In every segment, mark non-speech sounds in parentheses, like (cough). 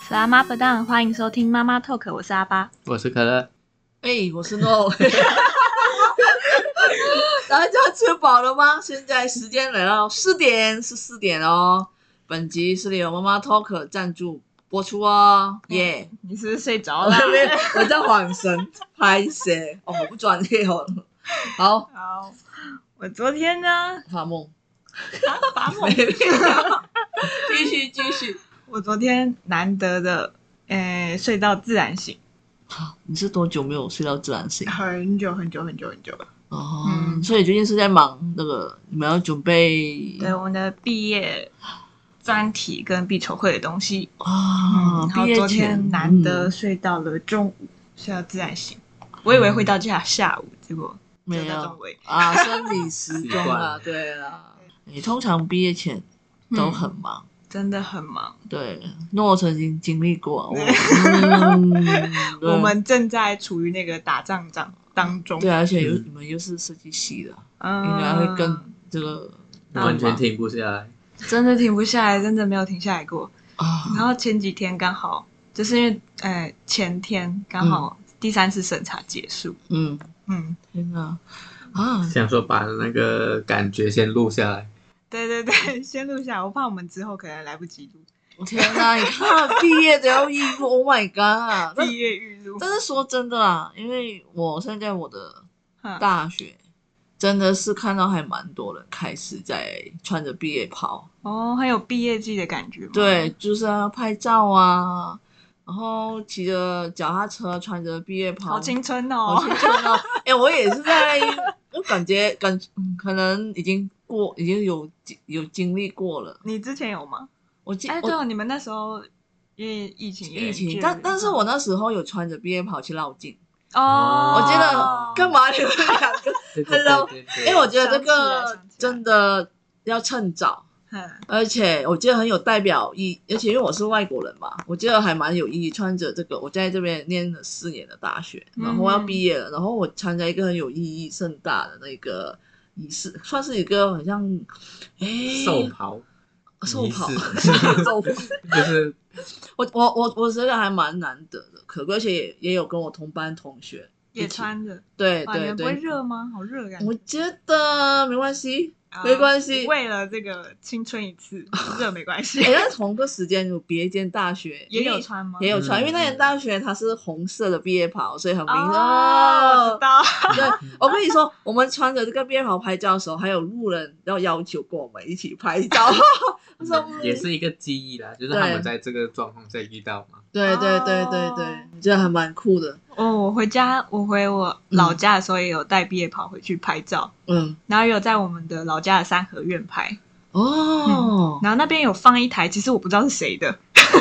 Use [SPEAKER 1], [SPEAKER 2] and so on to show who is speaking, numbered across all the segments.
[SPEAKER 1] 是阿妈不当，欢迎收听妈妈 talk，我是阿巴。
[SPEAKER 2] 我是可乐，
[SPEAKER 3] 哎、我是 No。大家吃饱了吗？现在时间来到四点十四点哦。本集是由妈妈 Talk 赞助播出哦，耶、
[SPEAKER 1] 你是不是睡着
[SPEAKER 3] 好
[SPEAKER 1] 了
[SPEAKER 3] (laughs) 了？，我在晃神，拍谁？哦，我不专业哦。好，
[SPEAKER 1] 好，我昨天呢，
[SPEAKER 3] 发梦，
[SPEAKER 1] 发梦
[SPEAKER 3] 没有 (laughs) 继续继续。
[SPEAKER 1] 我昨天难得的，诶、睡到自然醒，
[SPEAKER 3] 你是多久没有睡到自然醒？
[SPEAKER 1] 很久很久很久很久了。
[SPEAKER 3] 哦、
[SPEAKER 1] 嗯
[SPEAKER 3] 所以最近是在忙那个，你们要准备
[SPEAKER 1] 对，我们的毕业专题跟必筹会的东西，嗯
[SPEAKER 3] 啊、
[SPEAKER 1] 然后
[SPEAKER 3] 毕业
[SPEAKER 1] 昨
[SPEAKER 3] 前
[SPEAKER 1] 天难得
[SPEAKER 3] 嗯
[SPEAKER 1] 睡到了中午，睡到自然醒。我以为会到下下午，结果就
[SPEAKER 3] 没
[SPEAKER 1] 到 (laughs)
[SPEAKER 3] 有
[SPEAKER 1] 中。午。
[SPEAKER 3] 啊，生理时
[SPEAKER 2] 习
[SPEAKER 3] 钟
[SPEAKER 2] 惯
[SPEAKER 3] 啊，
[SPEAKER 2] 了
[SPEAKER 3] 对啦，你通常毕业前
[SPEAKER 1] 嗯
[SPEAKER 3] 都很忙，
[SPEAKER 1] 真的很忙，
[SPEAKER 3] 对，那我曾经经
[SPEAKER 1] (laughs)
[SPEAKER 3] 历过，哦我、嗯、对
[SPEAKER 1] 我们正在处于那个打仗仗当中。
[SPEAKER 3] 对，而且又
[SPEAKER 2] 嗯
[SPEAKER 3] 你们又是设计系的，
[SPEAKER 1] 嗯，
[SPEAKER 3] 应该会更这个
[SPEAKER 1] 那
[SPEAKER 2] 完全
[SPEAKER 3] 忙
[SPEAKER 2] 停不下来。
[SPEAKER 1] 真的停不下来，真的没有停下来过。然
[SPEAKER 3] 啊，
[SPEAKER 1] 后前几天刚好就是因为，呃，前天刚好第三次审查结束，
[SPEAKER 3] 嗯，
[SPEAKER 1] 嗯，
[SPEAKER 3] 天哪，啊，
[SPEAKER 2] 想说把那个感觉先录下来，
[SPEAKER 1] 对对对， (laughs) 先录下来，我怕我们之后可能来不及录，
[SPEAKER 3] 天哪，你看毕业都要预录，Oh my god，啊那
[SPEAKER 1] 毕业预录。
[SPEAKER 3] 但是说真的啦，因为我现在我的
[SPEAKER 1] 哼
[SPEAKER 3] 大学。真的是看到还蛮多人开始在穿着毕业袍，
[SPEAKER 1] 哦，很有毕业季的感觉吗？
[SPEAKER 3] 对，，就是啊，拍照啊，然后骑着脚踏车，穿着毕业袍，
[SPEAKER 1] 好青春
[SPEAKER 3] 好
[SPEAKER 1] 哦
[SPEAKER 3] 青。春哦！哎、我也是在，我感觉感、嗯可能已经过，已经有经有经历过了。
[SPEAKER 1] 你之前有吗？
[SPEAKER 3] 我经
[SPEAKER 1] 哎，对
[SPEAKER 3] 我
[SPEAKER 1] 哦，你们那时候因为疫情也
[SPEAKER 3] 疫情，
[SPEAKER 1] 严峻
[SPEAKER 3] 但但是我那时候有穿着毕业袍去绕境，
[SPEAKER 1] 哦，
[SPEAKER 3] 我记
[SPEAKER 2] 哦
[SPEAKER 3] 得干嘛你们
[SPEAKER 1] (laughs)
[SPEAKER 3] 两个？
[SPEAKER 2] 对对
[SPEAKER 3] Hello，
[SPEAKER 2] 对对
[SPEAKER 3] 因
[SPEAKER 2] 对
[SPEAKER 3] 为我觉得这
[SPEAKER 1] 想起来
[SPEAKER 3] 个
[SPEAKER 1] 想起来
[SPEAKER 3] 真的要趁早。
[SPEAKER 1] 哼
[SPEAKER 3] 而且我记得很有代表意，而且因为我是外国人嘛，我记得还蛮有意义。穿着这个，我在这边念了四年的大学，
[SPEAKER 1] 嗯
[SPEAKER 3] 然后要毕业了，然后我参加一个很有意义盛大的那个仪式，算是一个好像，哎，
[SPEAKER 2] 寿袍，
[SPEAKER 3] 寿袍
[SPEAKER 2] 仪，
[SPEAKER 3] (laughs) 寿袍。
[SPEAKER 2] 就是
[SPEAKER 3] 我我我我觉得还蛮难得的，可贵，而且也也有跟我同班同学，
[SPEAKER 1] 也穿着，
[SPEAKER 3] 对
[SPEAKER 1] 哇，你
[SPEAKER 3] 对
[SPEAKER 1] 们不会
[SPEAKER 3] 对，
[SPEAKER 1] 热吗？好热的感觉
[SPEAKER 3] 我。觉得没关系，
[SPEAKER 1] 啊
[SPEAKER 3] 没关系
[SPEAKER 1] 为了这个青春一次，
[SPEAKER 3] (laughs)
[SPEAKER 1] 热没关系。
[SPEAKER 3] 哎，但是同个时间有别间大学
[SPEAKER 1] (laughs) 也有
[SPEAKER 3] 有
[SPEAKER 1] 穿吗？
[SPEAKER 3] 也有穿，
[SPEAKER 2] 嗯
[SPEAKER 3] 因为那年大学它是红色的毕业袍，所以很明显。
[SPEAKER 1] 哦，我知道。
[SPEAKER 3] 对，我跟你说，我们穿着这个毕业袍拍照的时候，还有路人要要求过我们一起拍
[SPEAKER 2] (laughs)
[SPEAKER 3] 照。我说嗯
[SPEAKER 2] 也是一个记忆啦，就是他们在这个状况下遇到嘛。
[SPEAKER 3] 对对对对对，
[SPEAKER 2] 哦
[SPEAKER 3] 我觉得还蛮酷的。
[SPEAKER 1] 哦，我回家，我回我老家的时候也有带毕业袍回去拍照，
[SPEAKER 3] 嗯，
[SPEAKER 1] 然后也有在我们的老家的三合院拍，
[SPEAKER 2] 嗯
[SPEAKER 3] 哦，
[SPEAKER 1] 然后那边有放一台，其实我不知道是谁的，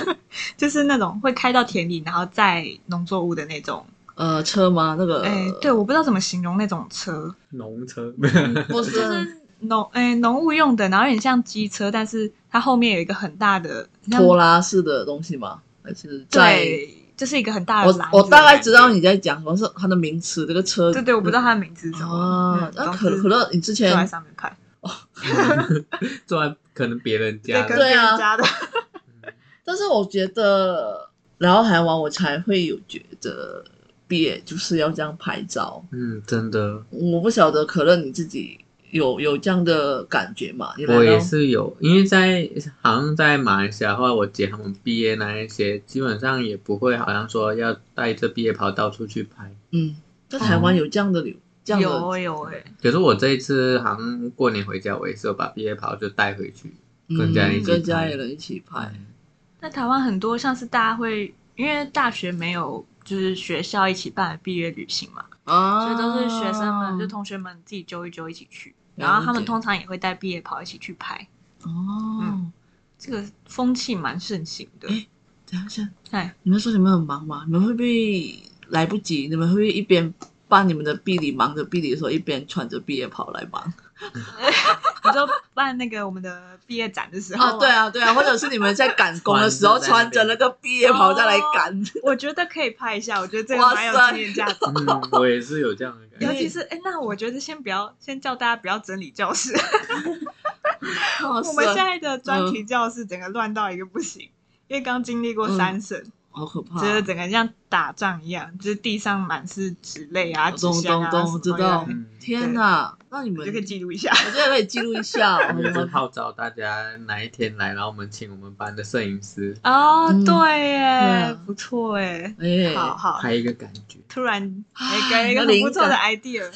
[SPEAKER 1] (laughs) 就是那种会开到田里，然后载农作物的那种。
[SPEAKER 3] 呃，车吗？那个，
[SPEAKER 1] 哎，对，，我不知道怎么形容那种车，
[SPEAKER 2] 农车，
[SPEAKER 3] 不
[SPEAKER 1] 就是是农哎农务用的，然后有点像机车，但是它后面有一个很大的很像
[SPEAKER 3] 拖拉式的东西吗？还是在？
[SPEAKER 1] 对，就是一个很大的
[SPEAKER 3] 我
[SPEAKER 1] 篮
[SPEAKER 3] 我
[SPEAKER 1] 子的
[SPEAKER 3] 大概
[SPEAKER 1] 感
[SPEAKER 3] 知道
[SPEAKER 1] 觉
[SPEAKER 3] 你在讲什么是它的名词，这个车。
[SPEAKER 1] 对对，我不知道。它的名字是什么。
[SPEAKER 3] 呃嗯哦
[SPEAKER 1] 嗯，
[SPEAKER 3] 那
[SPEAKER 1] 总
[SPEAKER 3] 可
[SPEAKER 1] 之
[SPEAKER 3] 可乐，你之前
[SPEAKER 1] 坐在上面看，
[SPEAKER 2] (laughs) 坐在可能别人
[SPEAKER 1] 对
[SPEAKER 2] 家，
[SPEAKER 1] 跟
[SPEAKER 2] 的，
[SPEAKER 3] 对啊
[SPEAKER 1] 别人家的，
[SPEAKER 3] 但是我觉得来到台湾，我才会有觉得毕业就是要这样拍照。
[SPEAKER 2] 嗯，真的，
[SPEAKER 3] 我不晓得可乐你自己有有这样的感觉吗？你来到
[SPEAKER 2] 我也，是有，因为在好像在马来西亚或者我姐他们毕业那一些，基本上也不会好像说要带着毕业袍到处去拍。
[SPEAKER 3] 嗯，在台湾有这样的流， (laughs) 这样
[SPEAKER 1] 哦有
[SPEAKER 3] 的
[SPEAKER 1] 欸有哎，
[SPEAKER 2] 可是我这一次好像过年回家，我也是有把毕业袍就带回去。哎跟家人一
[SPEAKER 3] 嗯，
[SPEAKER 2] 起
[SPEAKER 3] 跟家
[SPEAKER 2] 拍
[SPEAKER 3] 里人一起拍，
[SPEAKER 1] 在台湾很多像是大家会，因为大学没有就是学校一起办的毕业旅行嘛，
[SPEAKER 3] 啊，
[SPEAKER 1] 所以都是学生们就同学们自己揪一揪一起去，然后他们通常也会带毕业袍一起去拍，
[SPEAKER 3] 哦
[SPEAKER 1] 嗯。这个风气蛮盛行
[SPEAKER 3] (laughs)
[SPEAKER 1] 的。
[SPEAKER 3] 诶等一下，
[SPEAKER 1] 哎，
[SPEAKER 3] 你们说你们很忙吗？你们会不会来不及？你们会不会一边办你们的毕礼，忙着毕礼的时候，一边穿着毕业袍来忙？
[SPEAKER 1] 你就办那个我们的毕业展的
[SPEAKER 3] (laughs)
[SPEAKER 1] 时候
[SPEAKER 3] 啊，对，啊，对啊，或者是你们在赶工的时候
[SPEAKER 2] 穿
[SPEAKER 3] 穿着
[SPEAKER 2] 着在
[SPEAKER 1] (laughs)
[SPEAKER 2] 那边
[SPEAKER 3] 那个毕业袍再来赶，
[SPEAKER 1] 我觉得可以拍一下，我觉得这个
[SPEAKER 3] 哇
[SPEAKER 1] 蛮有
[SPEAKER 3] 塞
[SPEAKER 1] 纪念价值。
[SPEAKER 2] 嗯，我也是有这样的感
[SPEAKER 1] 尤
[SPEAKER 2] 觉。
[SPEAKER 1] 其是哎、那我觉得先不要，先叫大家不要整理教室。
[SPEAKER 3] 哇
[SPEAKER 1] (laughs) 我们现
[SPEAKER 3] 塞！
[SPEAKER 1] 在
[SPEAKER 3] 嗯
[SPEAKER 1] 的专题教室整个乱到一个不行，因为刚经历过三审，
[SPEAKER 3] 好可怕
[SPEAKER 1] 觉得整个像打仗一样，就是地上满是纸类啊、纸
[SPEAKER 3] 懂
[SPEAKER 1] 箱啊
[SPEAKER 3] 懂懂
[SPEAKER 1] 什么
[SPEAKER 3] 知
[SPEAKER 1] 的
[SPEAKER 3] 道
[SPEAKER 2] 嗯，
[SPEAKER 3] 天哪，那你们
[SPEAKER 1] 就可以记录一下。
[SPEAKER 3] 我觉得可以记录一
[SPEAKER 1] (laughs)
[SPEAKER 3] 下，
[SPEAKER 2] 我
[SPEAKER 3] 啊我
[SPEAKER 2] 们就是
[SPEAKER 3] 们
[SPEAKER 2] 号召大家哪一天来，然后我们请我们班的摄影师
[SPEAKER 1] 哦
[SPEAKER 3] 嗯，
[SPEAKER 1] 对耶
[SPEAKER 3] 啊，
[SPEAKER 1] 不错耶，
[SPEAKER 3] 哎，
[SPEAKER 1] 好好，
[SPEAKER 2] 拍一个感觉。
[SPEAKER 1] 突然
[SPEAKER 3] 哎
[SPEAKER 1] 哎，给了一个很不错的 idea，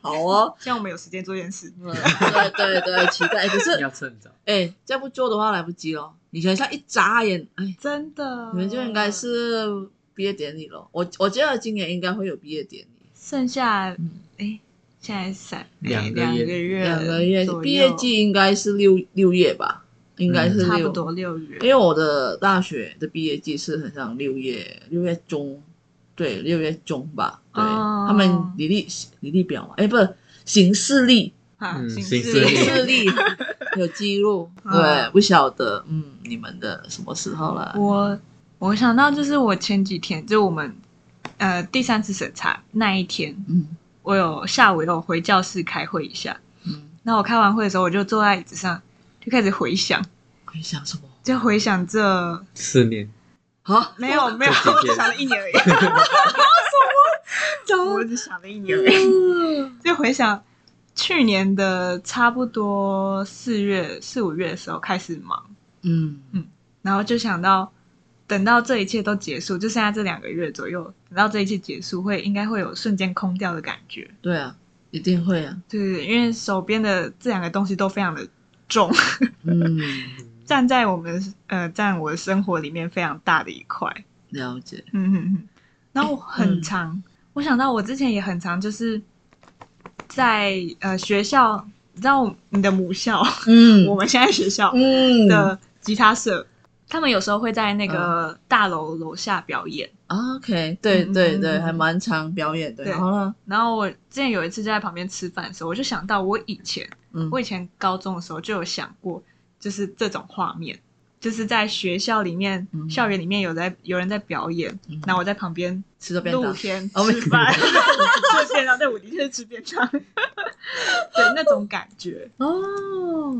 [SPEAKER 3] 好
[SPEAKER 1] (laughs)
[SPEAKER 3] 哦，
[SPEAKER 1] 希望我们有时间做这件事。
[SPEAKER 3] 嗯对对对，期待。哎可是
[SPEAKER 2] 要趁早，
[SPEAKER 3] 哎，再不做的话来不及了。你想一下，一眨眼，哎，
[SPEAKER 1] 真的，
[SPEAKER 3] 你们就应该是毕业典礼了。我我觉得今年应该会有毕业典礼，
[SPEAKER 1] 剩下
[SPEAKER 3] 嗯
[SPEAKER 1] 哎，现在三哎
[SPEAKER 2] 两个
[SPEAKER 1] 个
[SPEAKER 2] 月
[SPEAKER 1] 月，
[SPEAKER 3] 两个月
[SPEAKER 1] 左右
[SPEAKER 3] 毕业季应该是六六月吧，应该是
[SPEAKER 2] 嗯
[SPEAKER 1] 差
[SPEAKER 3] 六，
[SPEAKER 1] 不
[SPEAKER 3] 哎
[SPEAKER 1] 多六月
[SPEAKER 3] 因。为我的大学的毕业季是很像六月六月中，对，六月中吧，对，
[SPEAKER 1] 哦
[SPEAKER 3] 他们履历履历表嘛，哎，不是行事历，
[SPEAKER 1] 啊
[SPEAKER 2] 嗯
[SPEAKER 1] 形
[SPEAKER 2] 形
[SPEAKER 1] 式
[SPEAKER 2] 式
[SPEAKER 3] 行
[SPEAKER 1] 力
[SPEAKER 2] 力
[SPEAKER 3] 事历有记
[SPEAKER 1] (laughs)
[SPEAKER 3] 录，对
[SPEAKER 1] 嗯，
[SPEAKER 3] 不晓得，嗯，你们的什么时候了？
[SPEAKER 1] 我我想到就是我前几天就我们呃第三次审查那一天，
[SPEAKER 3] 嗯
[SPEAKER 1] 我有下午有回教室开会一下，
[SPEAKER 3] 嗯，
[SPEAKER 1] 那我开完会的时候，我就坐在椅子上就开始回想，
[SPEAKER 3] 你想什么？
[SPEAKER 1] 就回想这
[SPEAKER 2] 四年，
[SPEAKER 3] 啊，
[SPEAKER 1] 没有没有，
[SPEAKER 2] 这
[SPEAKER 1] 我
[SPEAKER 2] 几天
[SPEAKER 1] 只想了一年而已，
[SPEAKER 2] (laughs)
[SPEAKER 1] 我只想了一年而已，
[SPEAKER 3] 嗯
[SPEAKER 1] 就回想去年的差不多四月四五月的时候开始忙。
[SPEAKER 3] 嗯
[SPEAKER 1] 然后就想到，等到这一切都结束，就剩下这两个月左右，等到这一切结束，会应该会有瞬间空掉的感觉，
[SPEAKER 3] 对啊，一定会啊，
[SPEAKER 1] 就是因为手边的这两个东西都非常的重，
[SPEAKER 3] 嗯，
[SPEAKER 1] 占在我们呃占我的生活里面非常大的一块。
[SPEAKER 3] 了解，
[SPEAKER 1] 嗯哼哼，然后我很
[SPEAKER 3] 嗯
[SPEAKER 1] 长，我想到我之前也很长，就是在呃学校，你知道你的母校，
[SPEAKER 3] 嗯
[SPEAKER 1] (laughs) 我们现在学校，
[SPEAKER 3] 嗯
[SPEAKER 1] 的吉他社，他们有时候会在那
[SPEAKER 3] 嗯
[SPEAKER 1] 个大楼楼下表演。
[SPEAKER 3] 啊 OK，对
[SPEAKER 1] 嗯
[SPEAKER 3] 对
[SPEAKER 1] 嗯
[SPEAKER 3] 对，
[SPEAKER 1] 嗯
[SPEAKER 3] 还蛮常表演的。
[SPEAKER 1] 对
[SPEAKER 3] 然后呢，
[SPEAKER 1] 然后我之前有一次就在旁边吃饭的时候，我就想到我以前，
[SPEAKER 3] 嗯
[SPEAKER 1] 我以前高中的时候就有想过，就是这种画面，就是在学校里面、
[SPEAKER 3] 嗯
[SPEAKER 1] 校园里面有在有人在表演，
[SPEAKER 3] 嗯
[SPEAKER 1] 那、我在旁边
[SPEAKER 3] 吃着便
[SPEAKER 1] 露
[SPEAKER 3] 当，
[SPEAKER 1] 天
[SPEAKER 3] 哦没
[SPEAKER 1] 吃饭， (laughs) 吃便当，对我的确是吃便当，对那种感觉。
[SPEAKER 3] 哦，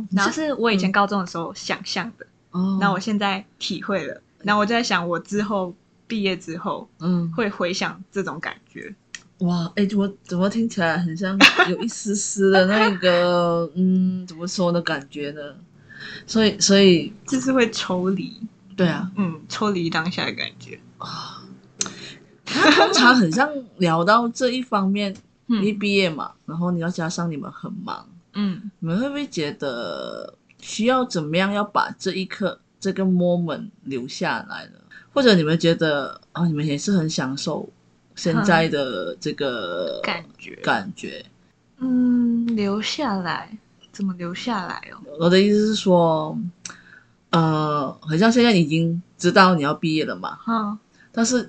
[SPEAKER 1] (laughs) 然后是我以前高中的时候想象的，
[SPEAKER 3] 哦，
[SPEAKER 1] 那、我现在体会了，然后我就在想，我之后毕业之后
[SPEAKER 3] 嗯，
[SPEAKER 1] 会回想这种感觉，
[SPEAKER 3] 哇，哎，怎么怎么听起来很像有一丝丝的那
[SPEAKER 1] (laughs)
[SPEAKER 3] 个，嗯，怎么说的感觉呢？所以，所以，
[SPEAKER 1] 就是会抽离，
[SPEAKER 3] 对啊，
[SPEAKER 1] 嗯，抽离当下的感觉。
[SPEAKER 3] 通常很像聊到这一方面，你
[SPEAKER 1] 嗯
[SPEAKER 3] 毕业嘛，然后你要加上你们很忙，
[SPEAKER 1] 嗯
[SPEAKER 3] 你们会不会觉得需要怎么样要把这一刻这个 moment 留下来呢？或者你们觉得啊，你们也是很享受现在的这个
[SPEAKER 1] 感觉
[SPEAKER 3] 感觉？
[SPEAKER 1] 嗯，留下来，怎么留下来哦？
[SPEAKER 3] 我的意思是说，呃，好像现在你已经知道你要毕业了嘛，
[SPEAKER 1] 哈，
[SPEAKER 3] 但是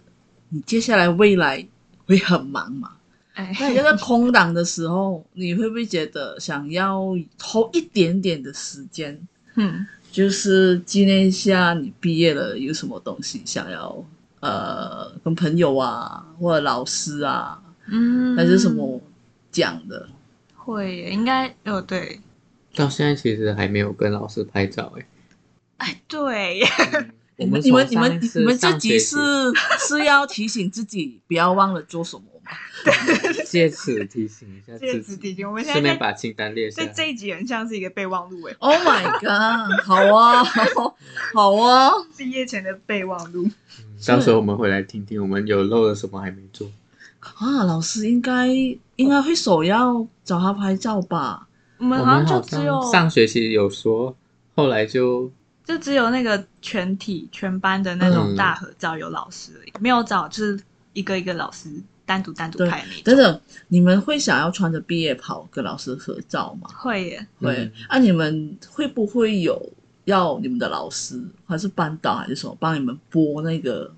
[SPEAKER 3] 你接下来未来会很忙嘛？
[SPEAKER 1] 哎，
[SPEAKER 3] 那你在那空档的时候，你会不会觉得想要偷一点点的时间
[SPEAKER 1] 嗯
[SPEAKER 3] 就是纪念一下你毕业了有什么东西想要呃跟朋友啊或者老师啊
[SPEAKER 1] 嗯，
[SPEAKER 3] 还是什么讲的，
[SPEAKER 1] 会耶？应该哦，对，
[SPEAKER 2] 到现在其实还没有跟老师拍照哎。
[SPEAKER 1] 哎，对，
[SPEAKER 2] 我
[SPEAKER 3] (laughs) 你们
[SPEAKER 2] 从
[SPEAKER 3] 你们
[SPEAKER 2] 上一次
[SPEAKER 3] 你们这
[SPEAKER 2] 上
[SPEAKER 3] 集
[SPEAKER 2] 学期
[SPEAKER 3] 是是要提醒自己不要忘了做什么吗？
[SPEAKER 2] 借此提醒一下
[SPEAKER 3] (laughs)
[SPEAKER 1] 这
[SPEAKER 2] 自
[SPEAKER 1] 次
[SPEAKER 2] 己，
[SPEAKER 1] 提醒我们现
[SPEAKER 2] 顺
[SPEAKER 1] 在
[SPEAKER 2] 便
[SPEAKER 1] 在
[SPEAKER 2] 把清单列下
[SPEAKER 1] 在
[SPEAKER 2] 来。
[SPEAKER 1] 这一集很像是一个备忘录哎，
[SPEAKER 3] Oh my god！好啊，好好啊，
[SPEAKER 1] 毕业前的备忘录，
[SPEAKER 2] 嗯到时候我们回来听听，我们有漏了什么还没做。
[SPEAKER 3] 啊，老师应该应该会首要找他拍照吧？
[SPEAKER 1] 我们
[SPEAKER 2] 我
[SPEAKER 1] 好像
[SPEAKER 2] 们
[SPEAKER 1] 就
[SPEAKER 2] 好
[SPEAKER 1] 只有
[SPEAKER 2] 像上学期有说，后来就
[SPEAKER 1] 就只有那个全体全班的那种
[SPEAKER 2] 嗯
[SPEAKER 1] 大合照有老师而已，没有找就是一个一个老师单独单独
[SPEAKER 3] 对
[SPEAKER 1] 拍那种。
[SPEAKER 3] 等等，你们会想要穿着毕业袍跟老师合照吗？
[SPEAKER 1] 会耶，
[SPEAKER 3] 会
[SPEAKER 2] 嗯，
[SPEAKER 3] 那、啊、你们会不会有要你们的老师还是班导还是什么帮你们播那个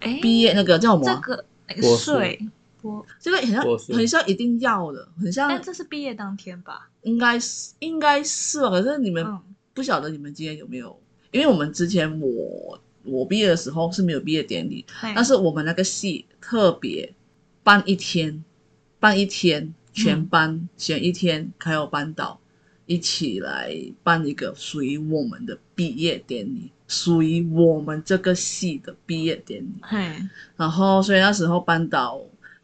[SPEAKER 1] 哎，
[SPEAKER 3] 毕业那个叫什
[SPEAKER 1] 这
[SPEAKER 3] 么？啊
[SPEAKER 1] 个哎
[SPEAKER 2] 国术
[SPEAKER 1] 税我，
[SPEAKER 3] 这个很
[SPEAKER 2] 我
[SPEAKER 3] 像
[SPEAKER 2] 是
[SPEAKER 3] 很像一定要的，很像
[SPEAKER 1] 但这是毕业当天吧？
[SPEAKER 3] 应该是应该是吧？可是你们
[SPEAKER 1] 嗯
[SPEAKER 3] 不晓得你们今天有没有？因为我们之前我我毕业的时候是没有毕业典礼，
[SPEAKER 1] 嘿
[SPEAKER 3] 但是我们那个系特别
[SPEAKER 1] 嗯
[SPEAKER 3] 办一天，办一天，全班选一天，还有班导一起来办一个属于我们的毕业典礼，属于我们这个系的毕业典礼。
[SPEAKER 1] 嘿，
[SPEAKER 3] 然后，所以那时候班导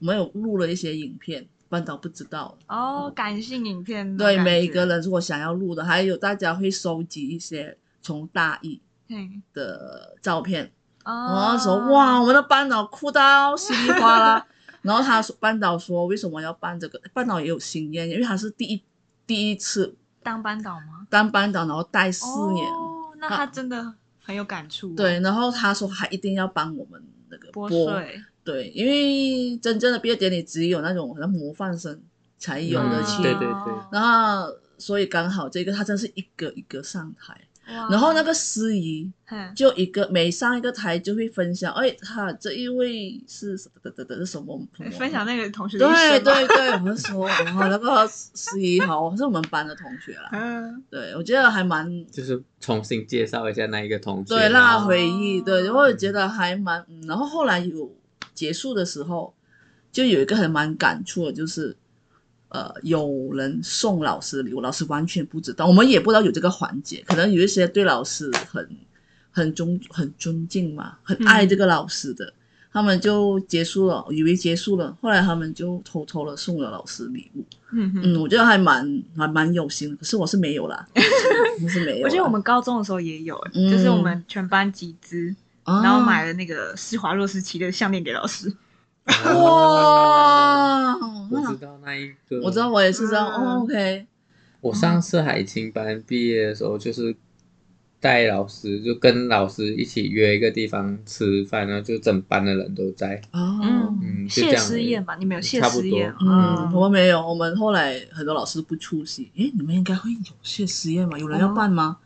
[SPEAKER 3] 我们有录了一些影片，班导不知道。
[SPEAKER 1] 哦，感性影片的
[SPEAKER 3] 对
[SPEAKER 1] 感
[SPEAKER 3] 每一
[SPEAKER 1] 觉
[SPEAKER 3] 个，人，如果想要录的，还有大家会收集一些从大一
[SPEAKER 1] 嘿，
[SPEAKER 3] 的照片。然后
[SPEAKER 1] 哦，
[SPEAKER 3] 那时候，哇，我们的班导哭到稀里哗
[SPEAKER 1] (laughs)
[SPEAKER 3] 啦。然后他说，班导说为什么要办这个？班导也有经验，因为他是第一第一次
[SPEAKER 1] 当班导吗？
[SPEAKER 3] 当班导，然后带四年。
[SPEAKER 1] 哦，那他真的很有感触、哦。
[SPEAKER 3] 对，，然后他说还一定要帮我们那个
[SPEAKER 1] 拨
[SPEAKER 3] 播。
[SPEAKER 1] 穗，
[SPEAKER 3] 对，因为真正的毕业典礼只有那种好像模范生才有
[SPEAKER 2] 嗯
[SPEAKER 3] 的
[SPEAKER 2] 气
[SPEAKER 3] 去。
[SPEAKER 2] 对对对
[SPEAKER 3] 然后，所以刚好这个他真是一个一个上台。
[SPEAKER 1] 嗯哇
[SPEAKER 3] 然后那个司仪
[SPEAKER 1] 嘿
[SPEAKER 3] 就一个每上一个台就会分享，哎，他这一位是什么的的的什么什么
[SPEAKER 1] 分享那个同学的一
[SPEAKER 3] 对
[SPEAKER 1] 生嘛，
[SPEAKER 3] 对对，我们说哇，那个司仪好是我们班的同学啦，
[SPEAKER 1] 嗯，
[SPEAKER 3] 对我觉得还蛮
[SPEAKER 2] 就是重新介绍一下那一个同学，啊
[SPEAKER 3] 对，让他
[SPEAKER 2] 然后
[SPEAKER 3] 回忆，对，
[SPEAKER 1] 哦
[SPEAKER 3] 我也觉得还蛮，嗯然后后来有结束的时候，就有一个很蛮感触的，就是。呃，有人送老师礼物，老师完全不知道，我们也不知道有这个环节。可能有一些对老师很、很尊、很尊敬嘛，
[SPEAKER 1] 嗯
[SPEAKER 3] 很爱这个老师的，他们就结束了，以为结束了，后来他们就偷偷的送了老师礼物。
[SPEAKER 1] 嗯哼。
[SPEAKER 3] 嗯，我觉得还蛮还蛮有心的，可是我是没有
[SPEAKER 1] (laughs)
[SPEAKER 3] 啦，我是没有啦。
[SPEAKER 1] 我记得我们高中的时候也有、欸
[SPEAKER 3] 嗯
[SPEAKER 1] 就是我们全班集资，
[SPEAKER 3] 啊，
[SPEAKER 1] 然后买了那个施华洛世奇的项链给老师。
[SPEAKER 2] 哦
[SPEAKER 3] 哇，
[SPEAKER 2] 我知
[SPEAKER 3] 那
[SPEAKER 2] 道那一个，
[SPEAKER 3] 我知道，我也是这样。
[SPEAKER 1] 嗯
[SPEAKER 3] 哦 OK，
[SPEAKER 2] 我上次海青班毕业的时候，就是带老师，就跟老师一起约一个地方吃饭，然后就整班的人都在。
[SPEAKER 3] 哦，
[SPEAKER 2] 嗯就这
[SPEAKER 1] 谢
[SPEAKER 2] 样
[SPEAKER 1] 师宴吧，你们有谢
[SPEAKER 2] 差不
[SPEAKER 1] 师宴吗？
[SPEAKER 2] 多
[SPEAKER 3] 嗯，我
[SPEAKER 1] 嗯
[SPEAKER 3] 们没有，我们后来很多老师不出席。诶，你们应该会有些实验嘛？有人要办吗？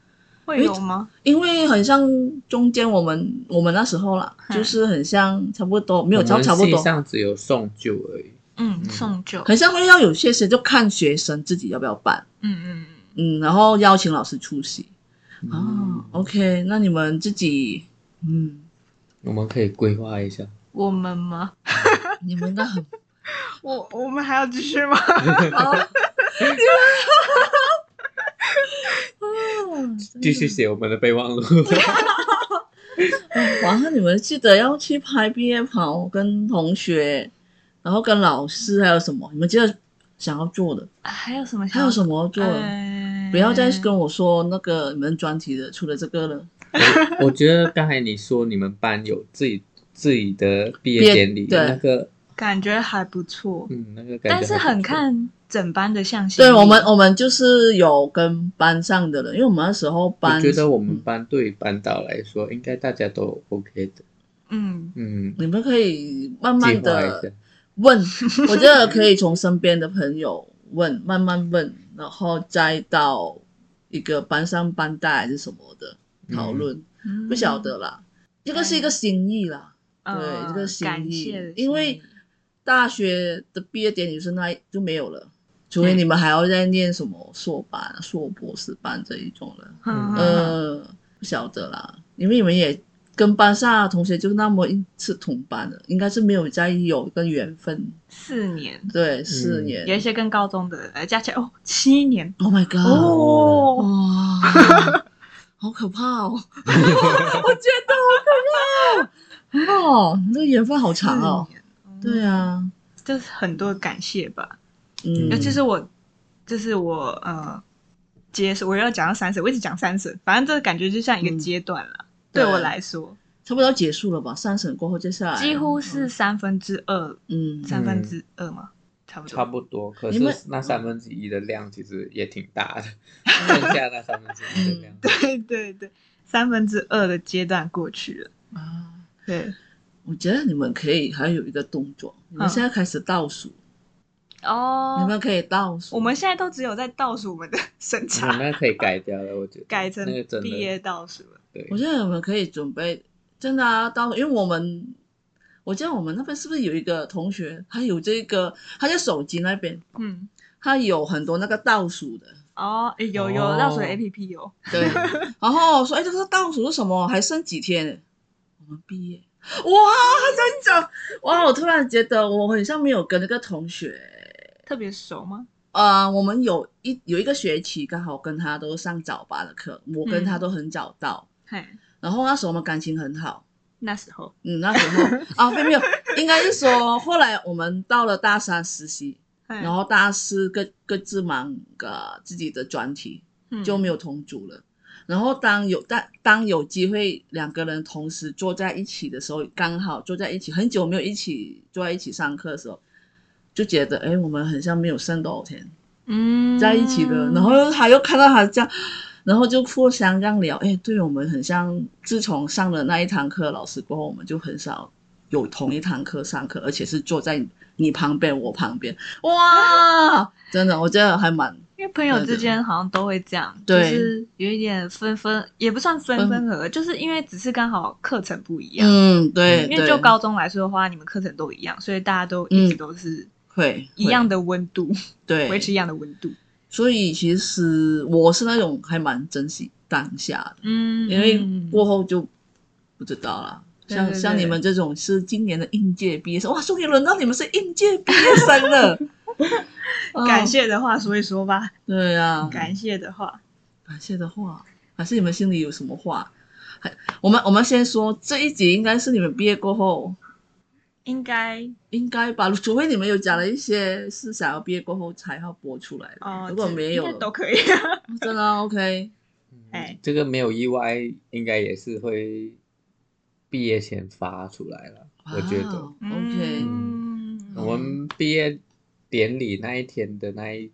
[SPEAKER 1] 会有吗？
[SPEAKER 3] 因为很像中间我们我们那时候啦，
[SPEAKER 1] 嗯
[SPEAKER 3] 就是很像差不多没有
[SPEAKER 2] 我
[SPEAKER 3] 差
[SPEAKER 2] 们
[SPEAKER 3] 差不
[SPEAKER 2] 系
[SPEAKER 3] 多，
[SPEAKER 2] 上只有送酒而已。
[SPEAKER 1] 嗯，
[SPEAKER 2] 嗯
[SPEAKER 1] 送酒，
[SPEAKER 3] 很像会要有些时就看学生自己要不要办，
[SPEAKER 1] 嗯嗯
[SPEAKER 3] 嗯，然后邀请老师出席。哦
[SPEAKER 2] 嗯，
[SPEAKER 3] ，OK，那你们自己，嗯，
[SPEAKER 2] 我们可以规划一下。
[SPEAKER 1] 我们吗？
[SPEAKER 3] 你们应该很
[SPEAKER 1] 我我们还要继续吗？
[SPEAKER 3] 好，
[SPEAKER 2] (laughs)
[SPEAKER 3] 嗯
[SPEAKER 2] 继续写我们的备忘录。
[SPEAKER 3] 哇，那你们记得要去拍毕业跑，跟同学，然后跟老师，还有什么？你们记得想要做的，
[SPEAKER 1] (laughs) 还有什么？
[SPEAKER 3] 还有什？么要做的？
[SPEAKER 1] 呃
[SPEAKER 3] 不要再跟我说那个你们专题的，除了这个了。
[SPEAKER 2] 我觉得刚才你说你们班有自己自己的毕
[SPEAKER 3] 毕业
[SPEAKER 2] 业典礼，
[SPEAKER 3] 对
[SPEAKER 2] 那个
[SPEAKER 1] 感觉还不错，
[SPEAKER 2] 嗯，那个感觉
[SPEAKER 1] 但是
[SPEAKER 2] 还不
[SPEAKER 1] 很
[SPEAKER 2] 错。
[SPEAKER 1] 看整班的向心力。
[SPEAKER 3] 对我
[SPEAKER 2] 嗯
[SPEAKER 3] 们，我们就是有跟班上的人，因为我们那时候班，嗯
[SPEAKER 2] 我觉得我们班对于班导来说，应该大家都 OK 的。
[SPEAKER 1] 嗯，
[SPEAKER 2] 嗯，
[SPEAKER 3] 你们可以慢
[SPEAKER 2] 计划
[SPEAKER 3] 慢
[SPEAKER 2] 一
[SPEAKER 3] 的
[SPEAKER 2] 下。
[SPEAKER 1] (laughs)
[SPEAKER 3] 问，我觉得可以从身边的朋友问，慢慢问，然后再到一个班上班带还是什么的讨论，
[SPEAKER 1] 嗯
[SPEAKER 3] 不晓得啦。这个是一个心意啦，对，这个心
[SPEAKER 1] 哦感
[SPEAKER 3] 意
[SPEAKER 1] 谢的，心
[SPEAKER 3] 因为
[SPEAKER 1] 意
[SPEAKER 3] 大学的毕业典礼是那就没有了，除非你们还要再念什么硕班、硕博士班这一种了。
[SPEAKER 1] 嗯嗯
[SPEAKER 3] 呃，不晓得啦，因为你们也跟班上的同学就那么一次同班了，应该是没有再有一个缘分。
[SPEAKER 1] 四年，
[SPEAKER 3] 对，四
[SPEAKER 2] 嗯
[SPEAKER 3] 年。
[SPEAKER 1] 有一些跟高中的呃加起来哦七年
[SPEAKER 3] Oh my god！
[SPEAKER 1] 哦，
[SPEAKER 3] 哇，好可怕 (laughs) 哦！我觉得好可怕哦！哦，这个缘分好长哦。
[SPEAKER 1] 四年，
[SPEAKER 3] 对
[SPEAKER 1] 啊，
[SPEAKER 3] 啊，
[SPEAKER 1] 就是很多感谢吧，
[SPEAKER 3] 嗯
[SPEAKER 1] 尤其是我，就是我呃接我要讲到三十，我一直讲三十，反正这个感觉就像一个
[SPEAKER 3] 嗯
[SPEAKER 1] 阶段了。
[SPEAKER 3] 对
[SPEAKER 1] 对我来说，
[SPEAKER 3] 差不多要结束了吧？三审过后，接下来
[SPEAKER 1] 几乎是三分之二，
[SPEAKER 3] 嗯，
[SPEAKER 1] 三分之二嘛，差不多。
[SPEAKER 2] 差不多，可
[SPEAKER 3] 你
[SPEAKER 2] 是
[SPEAKER 3] 们
[SPEAKER 2] 那三分之一的量其实也挺大的，剩下那三分之一的量。
[SPEAKER 1] 对 (laughs) 对对，三分之二的阶段过去了。
[SPEAKER 3] 啊。
[SPEAKER 1] 对，
[SPEAKER 3] 我觉得你们可以还有一个动作，你们
[SPEAKER 1] 嗯
[SPEAKER 3] 现在开始倒数，你
[SPEAKER 1] 哦，
[SPEAKER 3] 们可以倒数。
[SPEAKER 1] 我们现在都只有在倒数我们的 (laughs) 审
[SPEAKER 2] 我
[SPEAKER 3] 嗯
[SPEAKER 1] 查，
[SPEAKER 2] 们嗯那可以改掉了，我觉得
[SPEAKER 1] 改成
[SPEAKER 2] 那个真的
[SPEAKER 1] 毕业倒数了。
[SPEAKER 2] 对
[SPEAKER 3] 我，觉得我们可以准备，真的啊，到因为我们，我记得我们那边是不是有一个同学，他有这个，他在手机那边，
[SPEAKER 1] 嗯，
[SPEAKER 3] 他有很多那个倒数的，
[SPEAKER 1] 哦，诶有有
[SPEAKER 2] 哦
[SPEAKER 1] 倒数 A P P 有，
[SPEAKER 3] 对，然后我说，哎，这个倒数是什么？还剩几天？我们毕业，哇，他在讲，哇，我突然觉得我很像没有跟那个同学
[SPEAKER 1] 特别熟吗？
[SPEAKER 3] 呃，我们有一有一个学期刚好跟他都上早八的课，我跟他
[SPEAKER 1] 嗯
[SPEAKER 3] 都很早到，
[SPEAKER 1] 嘿，
[SPEAKER 3] 然后那时候我们感情很好，
[SPEAKER 1] 那时候，
[SPEAKER 3] 嗯，那时候啊，没有没有，应该是说后来我们到了大三实习，
[SPEAKER 1] 然
[SPEAKER 3] 然后大四各各自忙个自己的专题，
[SPEAKER 1] 嗯
[SPEAKER 3] 就没有同组了。然后当有当当有机会两个人同时坐在一起的时候，刚好坐在一起，很久没有一起坐在一起上课的时候，就觉得哎，我们很像没有剩多少天
[SPEAKER 1] 嗯
[SPEAKER 3] 在一起的。然后又他又看到他这样，然后就互相这样聊，哎，对我们很像。自从上了那一堂课老师过后，我们就很少有同一堂课上课，而且是坐在你旁边我旁边，哇，真的，我觉得还蛮
[SPEAKER 1] 啊因为朋友之间好像都会这样，
[SPEAKER 3] 对
[SPEAKER 1] 就是有一点分分，也不算分分合合，就是因为只是刚好课程不一样。
[SPEAKER 3] 嗯，对，
[SPEAKER 1] 因为
[SPEAKER 3] 对嗯
[SPEAKER 1] 就高中来说的话，你们课程都一样，所以大家都一直都是
[SPEAKER 3] 会
[SPEAKER 1] 一样
[SPEAKER 3] 会
[SPEAKER 1] 的温度，
[SPEAKER 3] 对嗯
[SPEAKER 1] 维持一样的温度。
[SPEAKER 3] 所以其实我是那种还蛮珍惜当下的，
[SPEAKER 1] 嗯，
[SPEAKER 3] 因为
[SPEAKER 1] 嗯
[SPEAKER 3] 过后就不知道啦。
[SPEAKER 1] 对
[SPEAKER 3] 像
[SPEAKER 1] 对
[SPEAKER 3] 像
[SPEAKER 1] 对
[SPEAKER 3] 你们这种是今年的应届毕业生，哇，终于轮到你们是应届毕业生了。哦
[SPEAKER 1] (laughs) 嗯感，谢的话说一说吧，
[SPEAKER 3] 对啊，
[SPEAKER 1] 感谢的话，
[SPEAKER 3] 感谢的话，还是你们心里有什么话？还我们我们先说这一集应该是你们毕业过后
[SPEAKER 1] 应该
[SPEAKER 3] 应该吧，除非你们有讲了一些是想要毕业过后才要播出来的，
[SPEAKER 1] 哦，
[SPEAKER 3] 如果
[SPEAKER 1] 这
[SPEAKER 3] 没有
[SPEAKER 1] 应该
[SPEAKER 3] 了
[SPEAKER 1] 都可以。啊
[SPEAKER 3] 真的啊 OK，
[SPEAKER 1] 哎
[SPEAKER 2] 嗯这个没有意外，应该也是会毕业前发出来了，我觉得。
[SPEAKER 3] 哇哦 OK，
[SPEAKER 1] (laughs) 嗯
[SPEAKER 2] 我们毕业典礼那一天的那一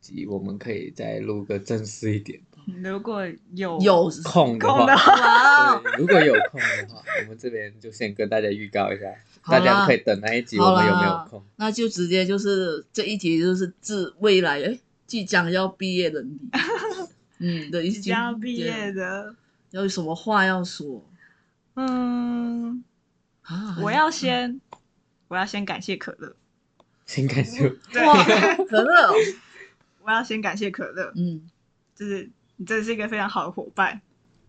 [SPEAKER 2] 集，我们可以再录个正式一点，
[SPEAKER 1] 嗯如果有
[SPEAKER 3] 有
[SPEAKER 2] 空的
[SPEAKER 1] 空
[SPEAKER 2] 话
[SPEAKER 1] 的，
[SPEAKER 3] (laughs)
[SPEAKER 1] 话，
[SPEAKER 3] 哦哇
[SPEAKER 2] (laughs)
[SPEAKER 3] 哦，
[SPEAKER 2] 对，如果有空的话， (laughs) 我们这边就先跟大家预告一下，
[SPEAKER 3] 好
[SPEAKER 2] 大
[SPEAKER 3] 啦
[SPEAKER 2] 家可以等那一集
[SPEAKER 3] 好
[SPEAKER 2] 我
[SPEAKER 3] 啦
[SPEAKER 2] 们有没有空。
[SPEAKER 3] 那就直接就是这一集就是致未来哎即将要毕业
[SPEAKER 2] (laughs)
[SPEAKER 3] 的你，嗯的一
[SPEAKER 1] 即
[SPEAKER 3] 集
[SPEAKER 1] 将要毕业的，
[SPEAKER 3] 要有什么话要说
[SPEAKER 1] 嗯，
[SPEAKER 3] 啊？
[SPEAKER 1] 我要先，我要先感谢可乐，
[SPEAKER 2] 先感谢，
[SPEAKER 1] 对
[SPEAKER 3] 哇，可乐哦，
[SPEAKER 1] 我要先感谢可乐，
[SPEAKER 3] 嗯，
[SPEAKER 1] 就是你真的是一个非常好的伙伴，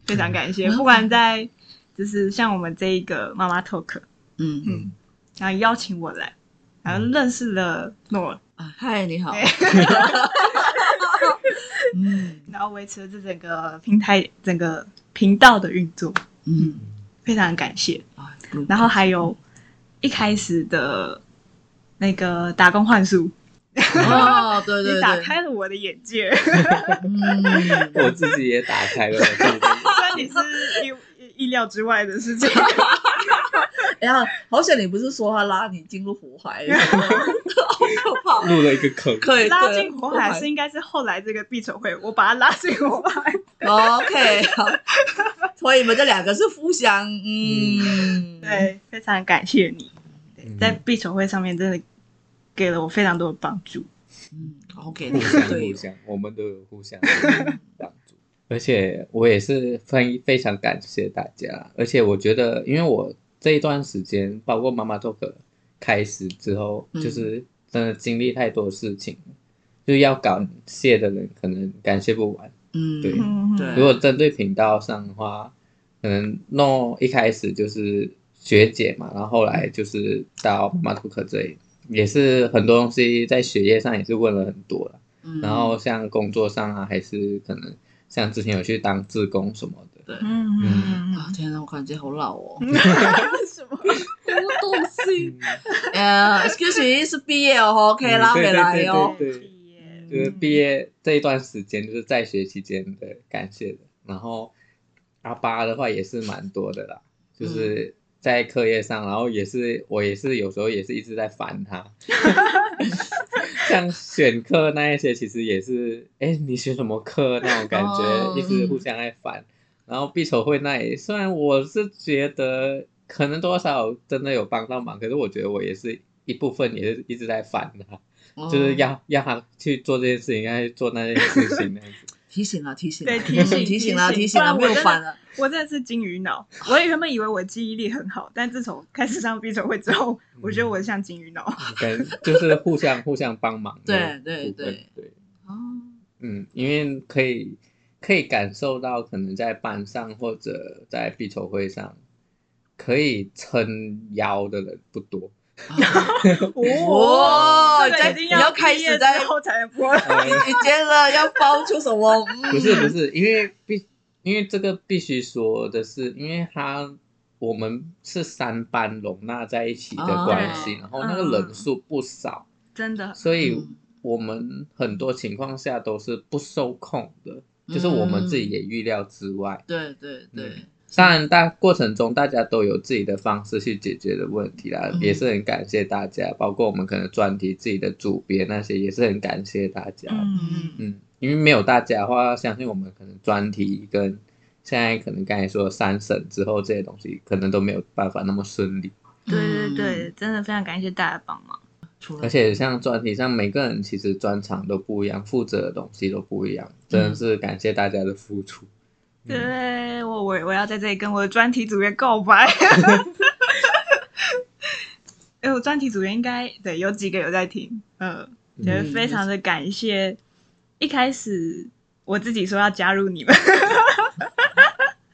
[SPEAKER 1] 非常感谢，
[SPEAKER 3] 嗯
[SPEAKER 1] 不管在就是像我们这一个妈妈 talk，
[SPEAKER 3] 嗯
[SPEAKER 1] 嗯，然后邀请我来，然后认识了诺，
[SPEAKER 3] 啊，嗨，你好
[SPEAKER 1] 对，
[SPEAKER 3] (laughs) 嗯
[SPEAKER 1] 然后维持了这整个平台、整个频道的运作，
[SPEAKER 3] 嗯
[SPEAKER 1] 非常感谢。
[SPEAKER 3] 啊，
[SPEAKER 1] 然后还有一开始的那个打工幻术，
[SPEAKER 3] 哦，对对
[SPEAKER 1] 你打
[SPEAKER 3] 对，
[SPEAKER 1] 开了我的眼界。 (laughs)
[SPEAKER 3] 嗯，
[SPEAKER 2] 我自己也打开了我自己的
[SPEAKER 1] 虽然你
[SPEAKER 3] (laughs)
[SPEAKER 1] 是意意料之外的事情，
[SPEAKER 3] 然后哎好险你不是说他拉你进入火
[SPEAKER 1] (laughs)
[SPEAKER 3] 海，好可怕，
[SPEAKER 2] 录了一个坑。
[SPEAKER 3] 可以
[SPEAKER 1] 拉
[SPEAKER 3] 对
[SPEAKER 1] 进火海是应该是后来这个必筹会，我把他拉进火海。
[SPEAKER 3] OK，好，所以你们这两个是互相，嗯，，
[SPEAKER 1] 对，非常感谢你，对
[SPEAKER 2] 嗯
[SPEAKER 1] 在必筹会上面真的给了我非常多的帮助。
[SPEAKER 3] 嗯，OK，
[SPEAKER 2] 互相
[SPEAKER 3] (laughs) 对
[SPEAKER 2] 互，相， (laughs) 我们都有互相帮助。而且我也是非非常感谢大家，而且我觉得，因为我这一段时间，包括妈妈 talk 开始之后，
[SPEAKER 3] 嗯
[SPEAKER 2] 就是真的经历太多事情，就要感谢的人可能感谢不完。
[SPEAKER 3] 嗯，
[SPEAKER 2] 对
[SPEAKER 1] 嗯
[SPEAKER 3] 对
[SPEAKER 2] 如果针对频道上的话，可能弄一开始就是学姐嘛，然后后来就是到妈妈 talk 这里，也是很多东西在学业上也是问了很多了。
[SPEAKER 3] 嗯
[SPEAKER 2] 然后像工作上啊，还是可能像之前有去当志工什么的，
[SPEAKER 3] 对，
[SPEAKER 1] 嗯嗯
[SPEAKER 3] 啊，天哪，我感觉好老哦，
[SPEAKER 1] 嗯， (laughs) 什么？
[SPEAKER 3] 东西，呃，excuse me，是毕业哦，OK，拉回
[SPEAKER 1] 哎
[SPEAKER 3] 来哦，
[SPEAKER 2] 嗯对
[SPEAKER 1] 对
[SPEAKER 2] 就是毕业这一段时间，就是在学期间的感谢的。然后阿巴的话也是蛮多的啦，就是在课业上，然后也是我也是有时候也是一直在烦他， (laughs) 像选课那一些，其实也是，哎，你选什么课那种感
[SPEAKER 3] 哦
[SPEAKER 2] 觉，一直互相在烦。然后必筹会那里，虽然我是觉得可能多少真的有帮到忙，可是我觉得我也是一部分也是一直在烦他。
[SPEAKER 3] 哦
[SPEAKER 2] 就是要要他去做这件事情，让他去做那件事情那样子。
[SPEAKER 3] 提醒了，提醒了，
[SPEAKER 1] 对
[SPEAKER 3] 嗯
[SPEAKER 1] 提醒
[SPEAKER 3] 提醒了，
[SPEAKER 1] 提醒
[SPEAKER 3] 提醒了，
[SPEAKER 1] 不然我
[SPEAKER 3] 没有
[SPEAKER 1] 真的
[SPEAKER 3] 反了，
[SPEAKER 1] 我真的是金鱼脑，我原本以为我记忆力很好，但自从开始上必筹会之后，
[SPEAKER 2] 嗯
[SPEAKER 1] 我觉得我像金鱼脑。
[SPEAKER 2] (laughs) 跟就是互相互相帮忙的部分。
[SPEAKER 3] 哦对对对
[SPEAKER 2] 对，
[SPEAKER 3] 哦，
[SPEAKER 2] 嗯，因为可以可以感受到，可能在班上或
[SPEAKER 3] (laughs)
[SPEAKER 2] 者在必筹会上，可以撑腰的人不多，
[SPEAKER 1] (laughs)
[SPEAKER 3] 哇，
[SPEAKER 1] 这个一
[SPEAKER 3] 哦你
[SPEAKER 1] 定
[SPEAKER 3] 要开
[SPEAKER 1] 毕
[SPEAKER 3] 始
[SPEAKER 1] 业
[SPEAKER 3] 在
[SPEAKER 1] 之后才能播了。
[SPEAKER 2] 呃
[SPEAKER 3] 你见了 (laughs) 要爆出什么？嗯
[SPEAKER 2] 不是不是，因为必因为这个必须说的是，因为他我们是三班容纳在一起的关系，
[SPEAKER 3] 哦
[SPEAKER 2] 然后那个人数不少，
[SPEAKER 1] 真的，
[SPEAKER 2] 所以
[SPEAKER 3] 嗯
[SPEAKER 2] 我们很多情况下都是不受控的，
[SPEAKER 3] 嗯
[SPEAKER 2] 就是我们自己也预料之外。
[SPEAKER 3] 对对对
[SPEAKER 2] 嗯，当然，大过程中大家都有自己的方式去解决的问题啦，
[SPEAKER 3] 嗯
[SPEAKER 2] 也是很感谢大家，包括我们可能专题自己的主编那些，也是很感谢大家。
[SPEAKER 1] 嗯嗯
[SPEAKER 2] 嗯，因为没有大家的话，相信我们可能专题跟现在可能刚才说的三审之后这些东西，可能都没有办法那么顺利。
[SPEAKER 1] 对对对，
[SPEAKER 3] 嗯，
[SPEAKER 1] 真的非常感谢大家帮忙。
[SPEAKER 3] 除
[SPEAKER 1] 嗯
[SPEAKER 3] 了
[SPEAKER 2] 而且像专题上，每个人其实专长都不一样，负责的东西都不一样，真的是感谢大家的付出。嗯，
[SPEAKER 1] 嗯对我，我我要在这里跟我的专题组员告白。哎，我专题组员应该对有几个有在听，嗯，觉得非常的感谢。一开始我自己说要加入你们， (laughs)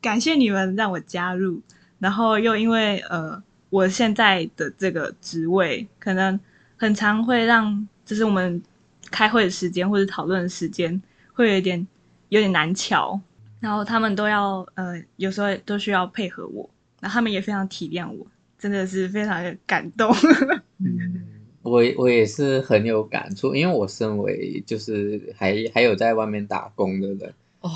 [SPEAKER 1] 感谢你们让我加入，然后又因为呃我现在的这个职位，可能很常会让就是我们开会的时间或者讨论的时间会有一点有点难瞧，然后他们都要呃有时候都需要配合我，然后他们也非常体谅我，真的是非常的感动。
[SPEAKER 2] 嗯我我也是很有感触，因为我身为就是还还有在外面打工的人，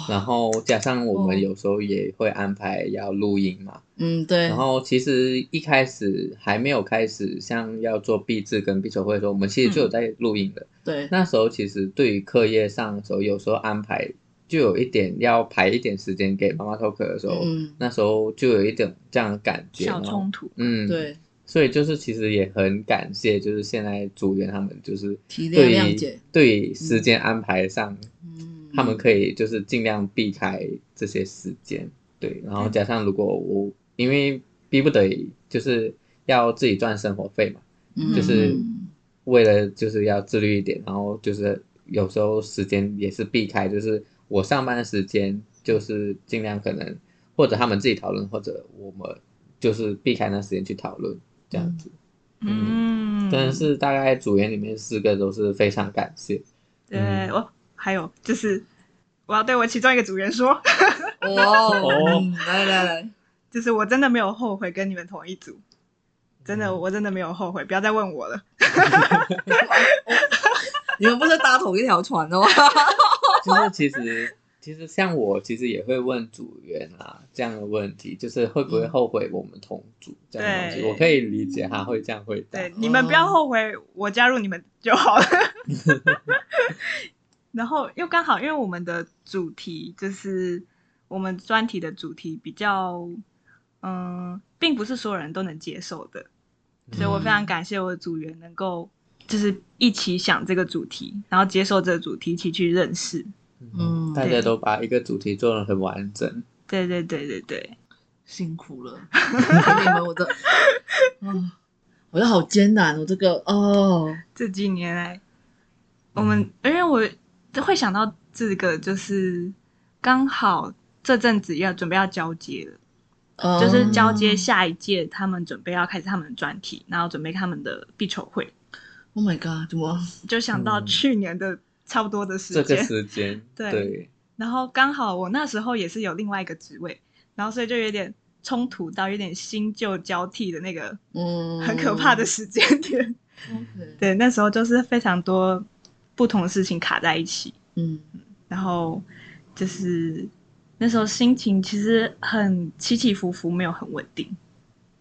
[SPEAKER 2] 然
[SPEAKER 3] 哦，
[SPEAKER 2] 后加上我
[SPEAKER 3] 哦
[SPEAKER 2] 们有时候也会安排要录音嘛，
[SPEAKER 3] 嗯对，
[SPEAKER 2] 然后其实一开始还没有开始像要做毕制跟必修会的时候，我们其实就有
[SPEAKER 1] 嗯
[SPEAKER 2] 在录音的。
[SPEAKER 3] 对，
[SPEAKER 2] 那时候其实对于课业上的时候，有时候安排就有一点要排一点时间给妈妈 talk 的时候，
[SPEAKER 3] 嗯
[SPEAKER 2] 那时候就有一点这样的感觉。
[SPEAKER 1] 小
[SPEAKER 2] 然后
[SPEAKER 1] 冲突，
[SPEAKER 2] 嗯，。
[SPEAKER 3] 对，
[SPEAKER 2] 所以就是其实也很感谢，就是现在组员他们就是
[SPEAKER 3] 体谅
[SPEAKER 2] 对
[SPEAKER 3] 谅解
[SPEAKER 2] 于对于时间安排上，
[SPEAKER 3] 嗯，
[SPEAKER 2] 他们可以就是尽量避开这些时间，对，然后加上如果我因为逼不得已，就是要自己赚生活费嘛，
[SPEAKER 3] 嗯
[SPEAKER 2] 就是
[SPEAKER 3] 嗯
[SPEAKER 2] 为了就是要自律一点，然后就是有时候时间也是避开，就是我上班的时间就是尽量可能或者他们自己讨论，或者我们就是避开那时间去讨论这样子。
[SPEAKER 1] 嗯，
[SPEAKER 2] 真的是大概组员里面四个都是非常感谢，
[SPEAKER 1] 对
[SPEAKER 2] 嗯
[SPEAKER 1] 我还有就是我要对我其中一个组员说， (laughs)
[SPEAKER 3] 哇
[SPEAKER 2] 哦
[SPEAKER 3] 哦，嗯来来来，
[SPEAKER 1] 就是我真的没有后悔跟你们同一组，真的
[SPEAKER 2] 嗯
[SPEAKER 1] 我真的没有后悔，不要再问我了。
[SPEAKER 3] 你们不是搭同一条船的吗？
[SPEAKER 2] 就是其实其实像我其实也会问组员啊这样的问题，就是会不会后悔我们同组这样的东西，
[SPEAKER 1] 对
[SPEAKER 2] 我可以理解他会这样回答。
[SPEAKER 1] 对，你们不要后悔我加入你们就好
[SPEAKER 2] (laughs)
[SPEAKER 1] 了。 (laughs) 然后又刚好，因为我们的主题就是我们专题的主题比较，嗯，并不是所有人都能接受的，所以我非常感谢我的组员能够就是一起想这个主题，然后接受这个主题，一起去认识。
[SPEAKER 3] 嗯
[SPEAKER 2] 大
[SPEAKER 1] 对
[SPEAKER 2] 家都把一个主题做的很完整，
[SPEAKER 1] 对对对对对，
[SPEAKER 3] (laughs) 辛苦了，你们 (laughs) 我的，啊，我的好艰难哦，这个哦，
[SPEAKER 1] 这几年来，我们
[SPEAKER 2] 嗯
[SPEAKER 1] 因为我会想到这个，就是刚好这阵子要准备要交接了。
[SPEAKER 3] 呃
[SPEAKER 1] 就是
[SPEAKER 2] 嗯
[SPEAKER 1] 交接下一届，他们准备要开始他们的专题，然后准备他们的必筹会，
[SPEAKER 3] ，Oh my God，怎么？
[SPEAKER 1] 就想到
[SPEAKER 2] 嗯
[SPEAKER 1] 去年的差不多的时
[SPEAKER 2] 这个
[SPEAKER 1] 间，
[SPEAKER 2] 时间
[SPEAKER 1] 对
[SPEAKER 2] 对，
[SPEAKER 1] 然后刚好我那时候也是有另外一个职位，然后所以就有点冲突到有点新旧交替的那个
[SPEAKER 3] 嗯，
[SPEAKER 1] 很可怕的时间点。 (laughs)
[SPEAKER 3] OK，
[SPEAKER 1] 对，那时候就是非常多不同的事情卡在一起，
[SPEAKER 3] 嗯
[SPEAKER 1] 然后就是那时候心情其实很起起伏伏，没有很稳定，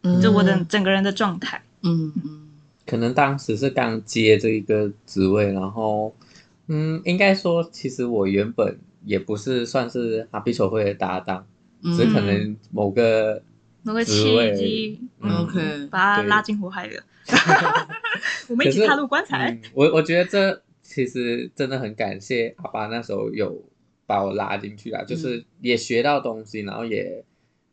[SPEAKER 3] 嗯，
[SPEAKER 1] 就我的整个人的状态。
[SPEAKER 3] 嗯，嗯
[SPEAKER 2] 可能当时是刚接这一个职位，然后，嗯，应该说，其实我原本也不是算是哈比球会的搭档，
[SPEAKER 3] 嗯，
[SPEAKER 2] 只是可能某个
[SPEAKER 1] 某个
[SPEAKER 2] 职
[SPEAKER 1] 契
[SPEAKER 2] 位
[SPEAKER 1] 机，
[SPEAKER 2] 嗯
[SPEAKER 3] OK，
[SPEAKER 1] 把他
[SPEAKER 2] 对
[SPEAKER 1] 拉进火海了。我们一
[SPEAKER 2] 可
[SPEAKER 1] 起
[SPEAKER 2] 是
[SPEAKER 1] 踏入棺材。
[SPEAKER 2] 嗯我我觉得这其实真的很感谢阿爸那时候有把我拉进去啦，啊就是也学到东西，然后也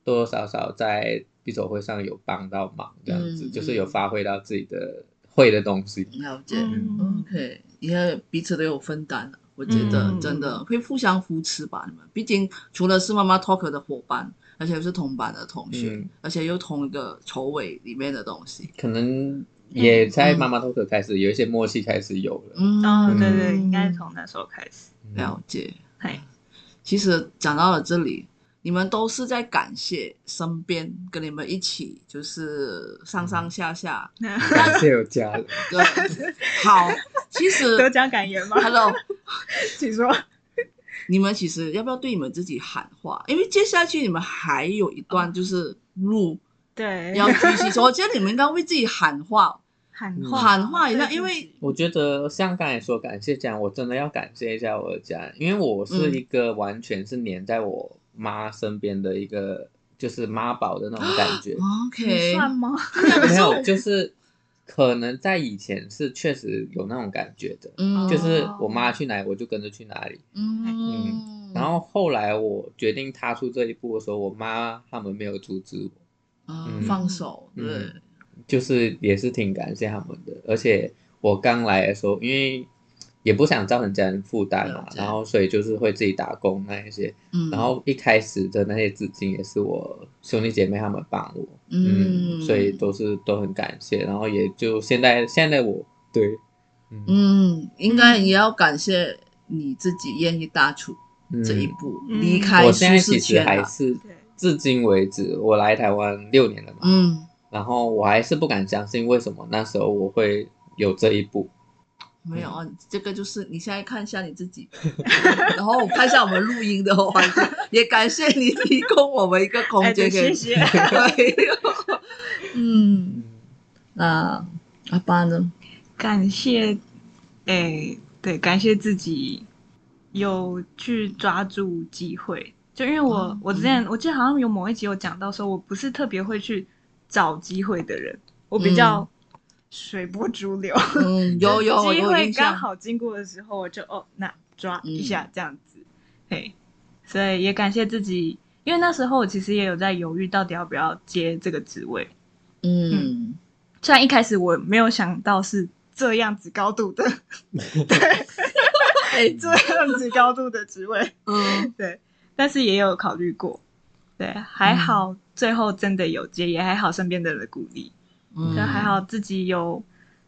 [SPEAKER 2] 多多少少在比手会上有帮到忙，这样子、
[SPEAKER 3] 嗯
[SPEAKER 2] 就是有发挥到自己的会的东西。
[SPEAKER 3] 了解
[SPEAKER 1] 嗯，
[SPEAKER 3] ，OK，因为彼此都有分担了。我觉得
[SPEAKER 1] 嗯
[SPEAKER 3] 真的会互相扶持吧，你们毕竟除了是妈妈 talk 的伙伴，而且又是同班的同学，
[SPEAKER 2] 嗯
[SPEAKER 3] 而且又同一个筹委里面的东西。
[SPEAKER 2] 可能也在妈妈脱壳开始有一些默契开始有了，嗯
[SPEAKER 3] 嗯，
[SPEAKER 1] 哦，对对，应该是从那时候开始。
[SPEAKER 2] 哦
[SPEAKER 3] 了解。
[SPEAKER 1] 嗨，
[SPEAKER 3] 其实讲到了这里，你们都是在感谢身边跟你们一起就是上上下下
[SPEAKER 1] 嗯
[SPEAKER 2] 感谢有家人，
[SPEAKER 3] 的好。其
[SPEAKER 1] (laughs)
[SPEAKER 3] 实
[SPEAKER 1] 得奖感言吗？
[SPEAKER 3] ，Hello，
[SPEAKER 1] 请说。
[SPEAKER 3] 你们其实要不要对你们自己喊话？因为接下去你们还有一
[SPEAKER 1] 啊
[SPEAKER 3] 段就是路
[SPEAKER 1] 对，
[SPEAKER 3] 要
[SPEAKER 1] (laughs)
[SPEAKER 3] 继续走，我觉得你们应该为自己喊话，
[SPEAKER 1] 喊
[SPEAKER 2] 嗯
[SPEAKER 1] 话，
[SPEAKER 3] 喊话一下，
[SPEAKER 1] 对
[SPEAKER 3] 因为
[SPEAKER 2] (laughs) 我觉得像刚才说感谢家人，我真的要感谢一下我的家人，因为我是一个完全是黏在我妈身边的一个，就是妈宝的那种感觉。哦
[SPEAKER 1] 嗯你
[SPEAKER 3] OK，
[SPEAKER 1] 算吗？
[SPEAKER 2] 没有，就是可能在以前是确实有那种感觉的，
[SPEAKER 3] 嗯
[SPEAKER 2] 就是我妈去哪里我就跟着去哪里。
[SPEAKER 3] 嗯，
[SPEAKER 2] 然后后来我决定踏出这一步的时候，我妈他们没有阻止我，
[SPEAKER 3] 嗯
[SPEAKER 2] 嗯
[SPEAKER 3] 放手，
[SPEAKER 2] 嗯
[SPEAKER 3] 对，
[SPEAKER 2] 就是也是挺感谢他们的。而且我刚来的时候，因为也不想造成家人负担嘛
[SPEAKER 3] 了，解
[SPEAKER 2] 然后所以就是会自己打工那一些。
[SPEAKER 3] 嗯，
[SPEAKER 2] 然后一开始的那些资金也是我兄弟姐妹他们帮我，
[SPEAKER 3] 嗯，
[SPEAKER 2] 所以都是都很感谢。然后也就现在现在我对，嗯
[SPEAKER 3] 嗯，应该也要感谢你自己愿意踏出
[SPEAKER 2] 嗯
[SPEAKER 3] 这一步，
[SPEAKER 1] 嗯
[SPEAKER 3] 离开
[SPEAKER 2] 我
[SPEAKER 3] 舒
[SPEAKER 2] 现在其
[SPEAKER 3] 适
[SPEAKER 2] 实
[SPEAKER 3] 圈啊
[SPEAKER 2] 还
[SPEAKER 3] 了。
[SPEAKER 2] 是
[SPEAKER 1] 对
[SPEAKER 2] 至今为止，我来台湾六年了嘛，
[SPEAKER 3] 嗯，
[SPEAKER 2] 然后我还是不敢相信为什么那时候我会有这一步。
[SPEAKER 3] 没
[SPEAKER 2] 嗯
[SPEAKER 3] 有啊，这个就是你现在看一下你自己， (laughs) 然后我看一下我们录音的环境， (laughs) 也感谢你提供我们一个空
[SPEAKER 1] 哎，
[SPEAKER 3] 间
[SPEAKER 1] 对，
[SPEAKER 3] 给
[SPEAKER 1] 谢
[SPEAKER 3] 你。 (laughs)
[SPEAKER 1] 谢。
[SPEAKER 3] 对嗯，那阿爸呢？
[SPEAKER 1] 感谢，诶、对，感谢自己有去抓住机会。就因为我，
[SPEAKER 3] 嗯
[SPEAKER 1] 我之前我记得好像有某一集有讲到说，我不是特别会去找机会的人，我比较随波逐流。
[SPEAKER 3] 嗯，有有我
[SPEAKER 1] 机
[SPEAKER 3] 有
[SPEAKER 1] 会
[SPEAKER 3] 印
[SPEAKER 1] 刚
[SPEAKER 3] 象。
[SPEAKER 1] 好经过的时候，我就哦，那抓一下这样子，嘿，所以也感谢自己，因为那时候我其实也有在犹豫到底要不要接这个职位，
[SPEAKER 3] 嗯，
[SPEAKER 1] 虽然一开始我没有想到是这样子高度的， (laughs) 哎对，这样子高度的职位，
[SPEAKER 3] 嗯
[SPEAKER 1] 对，但是也有考虑过，对，还好最后真的有接，也还好身边的人的鼓励，
[SPEAKER 3] 嗯，
[SPEAKER 1] 就还好自己有，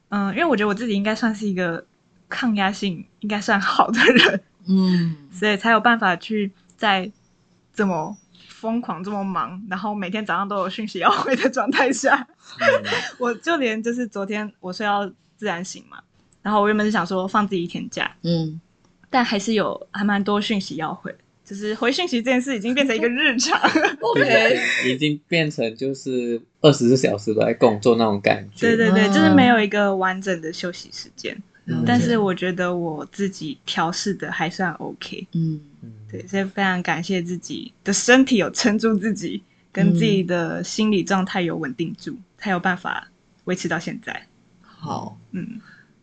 [SPEAKER 1] 嗯，因为我觉得我自己应该算是一个抗压性应该算好的人，
[SPEAKER 3] 嗯，
[SPEAKER 1] 所以才有办法去在这么疯狂、这么忙，然后每天早上都有讯息要回的状态下，
[SPEAKER 2] 嗯
[SPEAKER 1] 我就连就是昨天我睡到自然醒嘛，然后我原本是想说放自己一天假，
[SPEAKER 3] 嗯
[SPEAKER 1] 但还是有还蛮多讯息要回，就是回讯息这件事已经变成一个日常。
[SPEAKER 3] (laughs) ，OK，
[SPEAKER 2] 已经变成就是二十四小时都在工作那种感觉。
[SPEAKER 1] 对对对，
[SPEAKER 3] 嗯
[SPEAKER 1] 就是没有一个完整的休息时间。
[SPEAKER 3] 了解
[SPEAKER 1] (laughs) 但是我觉得我自己调试的还算 OK，
[SPEAKER 3] 嗯。
[SPEAKER 2] 嗯
[SPEAKER 1] 对，所以非常感谢自己的身体有撑住自己，跟自己的心理状态有稳定住，才有办法维持到现在。
[SPEAKER 3] 好，
[SPEAKER 1] 嗯，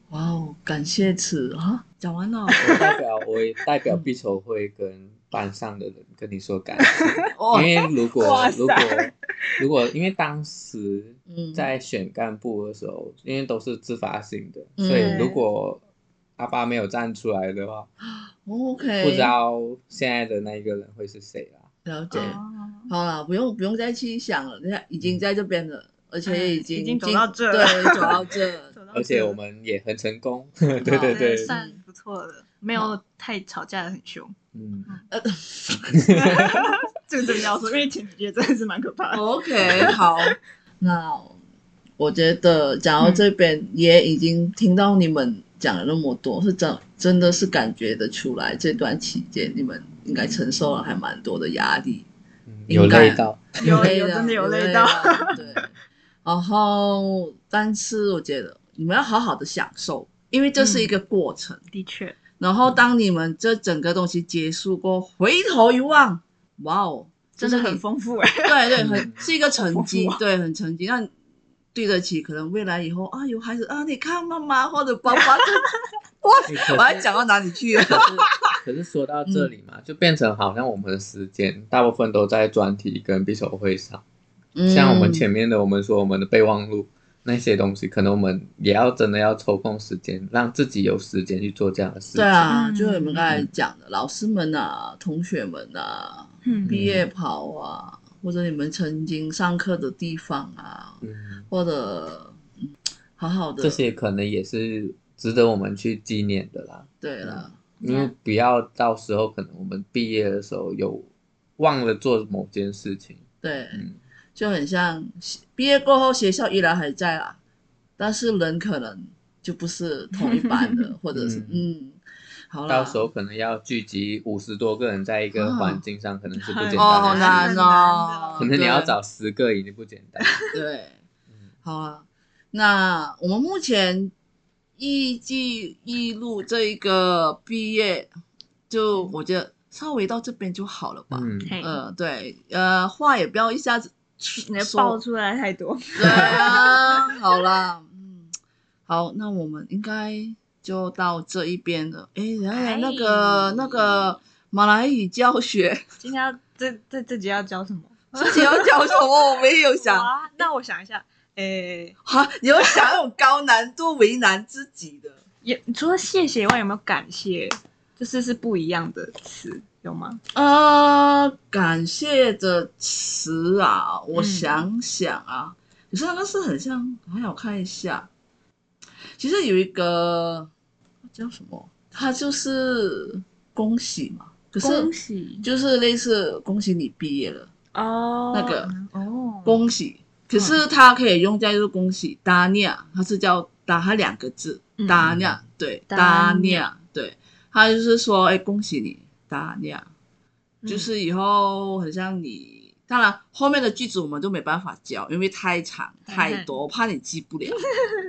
[SPEAKER 3] 哇哦，感谢此啊，讲
[SPEAKER 2] (laughs)
[SPEAKER 3] 完了，
[SPEAKER 2] 我代表我也代表必筹会跟班上的人跟你说感谢。
[SPEAKER 3] 哦，
[SPEAKER 2] 因为如
[SPEAKER 1] (laughs)
[SPEAKER 2] 果
[SPEAKER 1] 哇塞
[SPEAKER 2] 如果如果因为当时
[SPEAKER 3] 嗯
[SPEAKER 2] 在选干部的时候，
[SPEAKER 1] 嗯
[SPEAKER 2] 因为都是自发性的，
[SPEAKER 3] 嗯
[SPEAKER 2] 所以如果阿爸没有站出来的话，
[SPEAKER 3] OK，
[SPEAKER 2] 不知道现在的那一个人会是谁啦。
[SPEAKER 3] 了解
[SPEAKER 2] 对，
[SPEAKER 1] 哦
[SPEAKER 3] 好了，不用不用再去想了，人家已经在这边了，而且
[SPEAKER 1] 嗯
[SPEAKER 3] 已经
[SPEAKER 1] 已经走到这了
[SPEAKER 3] 对，走
[SPEAKER 1] (laughs)
[SPEAKER 3] 到这，
[SPEAKER 1] 走到
[SPEAKER 2] 而
[SPEAKER 1] 这
[SPEAKER 2] 且
[SPEAKER 1] 了
[SPEAKER 2] 我们也很成功， (laughs) 对对
[SPEAKER 1] 对
[SPEAKER 2] 对，
[SPEAKER 1] 算不错了，没有太吵架的很凶。
[SPEAKER 2] 嗯，
[SPEAKER 3] 呃
[SPEAKER 1] 这个真的要说，因为前几天真的是蛮可怕的。
[SPEAKER 3] ，OK，好，那我觉得讲到这边也已经听到你们讲了那么多，是真真的是感觉得出来，这段期间你们应该承受了还蛮多的压力，
[SPEAKER 2] 嗯
[SPEAKER 3] 应
[SPEAKER 2] 有
[SPEAKER 3] 该
[SPEAKER 2] 累到，
[SPEAKER 1] (laughs) 有
[SPEAKER 3] 累
[SPEAKER 1] 有真的有累
[SPEAKER 3] 累
[SPEAKER 1] 到， (laughs)
[SPEAKER 3] 对，然后，但是我觉得你们要好好的享受，因为这是一个过程。
[SPEAKER 1] 的确，
[SPEAKER 3] 然后，当你们这整个东西结束过，回头一望，哇哦，
[SPEAKER 1] 真的
[SPEAKER 3] 就是
[SPEAKER 1] 很
[SPEAKER 3] 你
[SPEAKER 1] 丰富哎、
[SPEAKER 3] 对对，很
[SPEAKER 2] 嗯
[SPEAKER 3] 是一个成绩
[SPEAKER 1] 好丰富啊，
[SPEAKER 3] 对，很成绩，让你对得起可能未来以后啊，有孩子啊，你看妈妈或者爸爸，
[SPEAKER 2] 欸
[SPEAKER 3] 我
[SPEAKER 2] 可
[SPEAKER 3] 我还
[SPEAKER 2] 是
[SPEAKER 3] 讲到哪里去了？
[SPEAKER 2] 可是可是说到这里
[SPEAKER 3] 嗯
[SPEAKER 2] 嘛，就变成好像我们的时间大部分都在专题跟必筹会上。 (laughs)
[SPEAKER 3] 嗯
[SPEAKER 2] 像我们前面的，我们说我们的备忘录那些东西，可能我们也要真的要抽空时间，让自己有时间去做这样的事
[SPEAKER 3] 对
[SPEAKER 2] 情。
[SPEAKER 3] 啊，
[SPEAKER 1] 嗯
[SPEAKER 3] 就你们刚才讲的，老师们啊，同学们啊，
[SPEAKER 1] (laughs) 嗯
[SPEAKER 3] 毕业跑啊，或者你们曾经上课的地方啊，
[SPEAKER 2] 嗯，
[SPEAKER 3] 或者嗯好好的
[SPEAKER 2] 这些可能也是值得我们去纪念的啦，
[SPEAKER 3] 对了，
[SPEAKER 2] 因为不要到时候可能我们毕业的时候有忘了做某件事情，
[SPEAKER 3] 对，
[SPEAKER 2] 嗯，
[SPEAKER 3] 就很像毕业过后学校依然还在啊，但是人可能就不是同一
[SPEAKER 2] (laughs)
[SPEAKER 3] 班的，或者是嗯，好了，
[SPEAKER 2] 到时候可能要聚集五十多个人在一个环境上，可能是不简单的事。
[SPEAKER 3] 哦，好难
[SPEAKER 1] 很
[SPEAKER 3] 哦
[SPEAKER 1] 难，
[SPEAKER 2] (laughs) 可能你要
[SPEAKER 3] 对
[SPEAKER 2] 找十个已经不简单。
[SPEAKER 3] 对，
[SPEAKER 2] 嗯
[SPEAKER 3] 好啊。那我们目前艺伎艺路这一个毕业，就我觉得稍微到这边就好了吧。
[SPEAKER 2] 嗯，
[SPEAKER 1] 嘿
[SPEAKER 3] 呃，对，呃，话也不要一下子
[SPEAKER 1] 你的
[SPEAKER 3] 说
[SPEAKER 1] 爆出来太多，
[SPEAKER 3] 对啊， (laughs) 好啦，嗯，好，那我们应该就到这一边了。诶，然后那个
[SPEAKER 1] 哎
[SPEAKER 3] 那个马来语教学，
[SPEAKER 1] 今天要这这这集要教什么？
[SPEAKER 3] 自己要教什么？我没有想，
[SPEAKER 1] 哇，那我想一下，诶、
[SPEAKER 3] 哈，你要想那种高难度为难自己的。
[SPEAKER 1] 也除了谢谢以外，有没有感谢？就是是不一样的词，有吗？
[SPEAKER 3] 呃，感谢的词啊，我
[SPEAKER 1] 嗯
[SPEAKER 3] 想想啊，可是那个是很像，我想看一下。其实有一个啊叫什么，它就是恭喜嘛，可
[SPEAKER 1] 恭
[SPEAKER 3] 是
[SPEAKER 1] 喜
[SPEAKER 3] 就是类似恭喜你毕业了，
[SPEAKER 1] 哦，
[SPEAKER 3] 那个
[SPEAKER 1] 哦，
[SPEAKER 3] 恭喜。可是它可以用在就是恭喜达尼亚，它是叫达，它两个字
[SPEAKER 1] 嗯
[SPEAKER 3] 达尼亚，对达尼亚，对，它就是说，哎，恭喜你达尼亚。
[SPEAKER 1] 嗯
[SPEAKER 3] 就是以后很像你，当然后面的句子我们都没办法教，因为太长太多，我怕你记不
[SPEAKER 1] (laughs)
[SPEAKER 3] 了。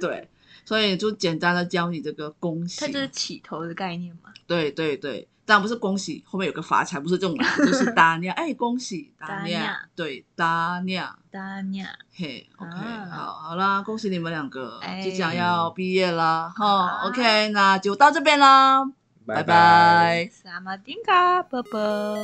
[SPEAKER 3] 对，所以就简单的教你这个恭喜
[SPEAKER 1] 它。就是起头的概念嘛。
[SPEAKER 3] 对对对，当然不是恭喜，后面有个发财，不是这种，
[SPEAKER 1] (laughs)
[SPEAKER 3] 就是达尼亚。哎，恭喜达尼
[SPEAKER 1] 达尼
[SPEAKER 3] 亚
[SPEAKER 1] 亚，
[SPEAKER 3] 对达尼亚。
[SPEAKER 1] 达尼亚，
[SPEAKER 3] 嘿，OK，、
[SPEAKER 1] 啊
[SPEAKER 3] 好，好啦，恭喜你们两个
[SPEAKER 1] 哎
[SPEAKER 3] 即将要毕业啦，哈、
[SPEAKER 1] 啊
[SPEAKER 3] o k 那就到这边啦，拜
[SPEAKER 2] 拜
[SPEAKER 3] 拜
[SPEAKER 1] 萨马丁嘎，啵啵。